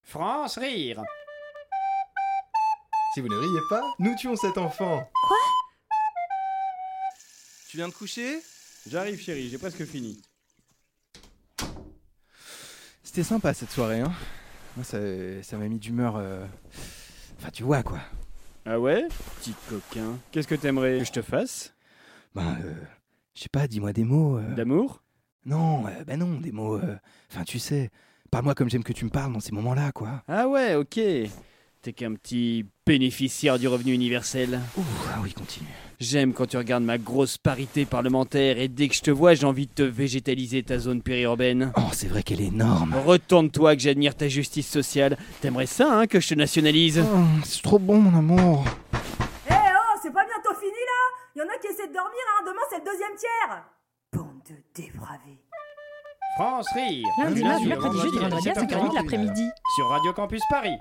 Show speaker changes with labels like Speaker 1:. Speaker 1: France rire.
Speaker 2: Si vous ne riez pas, nous tuons cet enfant.
Speaker 3: Tu viens de coucher
Speaker 1: J'arrive chérie, j'ai presque fini.
Speaker 2: C'était sympa cette soirée, hein. Moi, ça ça m'a mis d'humeur. euh, Enfin, tu vois quoi.
Speaker 1: Ah ouais Petit coquin. Qu'est-ce que t'aimerais que je te fasse
Speaker 2: Ben, euh, je sais pas, dis-moi des mots. euh.
Speaker 1: D'amour
Speaker 2: Non, euh, ben non, des mots. euh, Enfin, tu sais, parle-moi comme j'aime que tu me parles dans ces moments-là, quoi.
Speaker 1: Ah ouais, ok. T'es qu'un petit bénéficiaire du revenu universel.
Speaker 2: Ouh, ah oui, continue.
Speaker 1: J'aime quand tu regardes ma grosse parité parlementaire et dès que je te vois, j'ai envie de te végétaliser ta zone périurbaine.
Speaker 2: Oh, c'est vrai qu'elle est énorme.
Speaker 1: Retourne-toi que j'admire ta justice sociale. T'aimerais ça, hein, que je te nationalise
Speaker 2: Oh, c'est trop bon, mon amour.
Speaker 4: Eh oh, c'est pas bientôt fini là Il y en a qui essaient de dormir, hein Demain c'est le deuxième tiers Bande de dépravés
Speaker 1: France rire.
Speaker 5: Lundi,
Speaker 2: Lundi,
Speaker 5: mardi,
Speaker 2: lundi,
Speaker 5: mercredi,
Speaker 2: vendredi,
Speaker 5: jeudi, vendredi, à 5h30 de
Speaker 2: 17h30.
Speaker 5: l'après-midi.
Speaker 1: Sur Radio Campus Paris.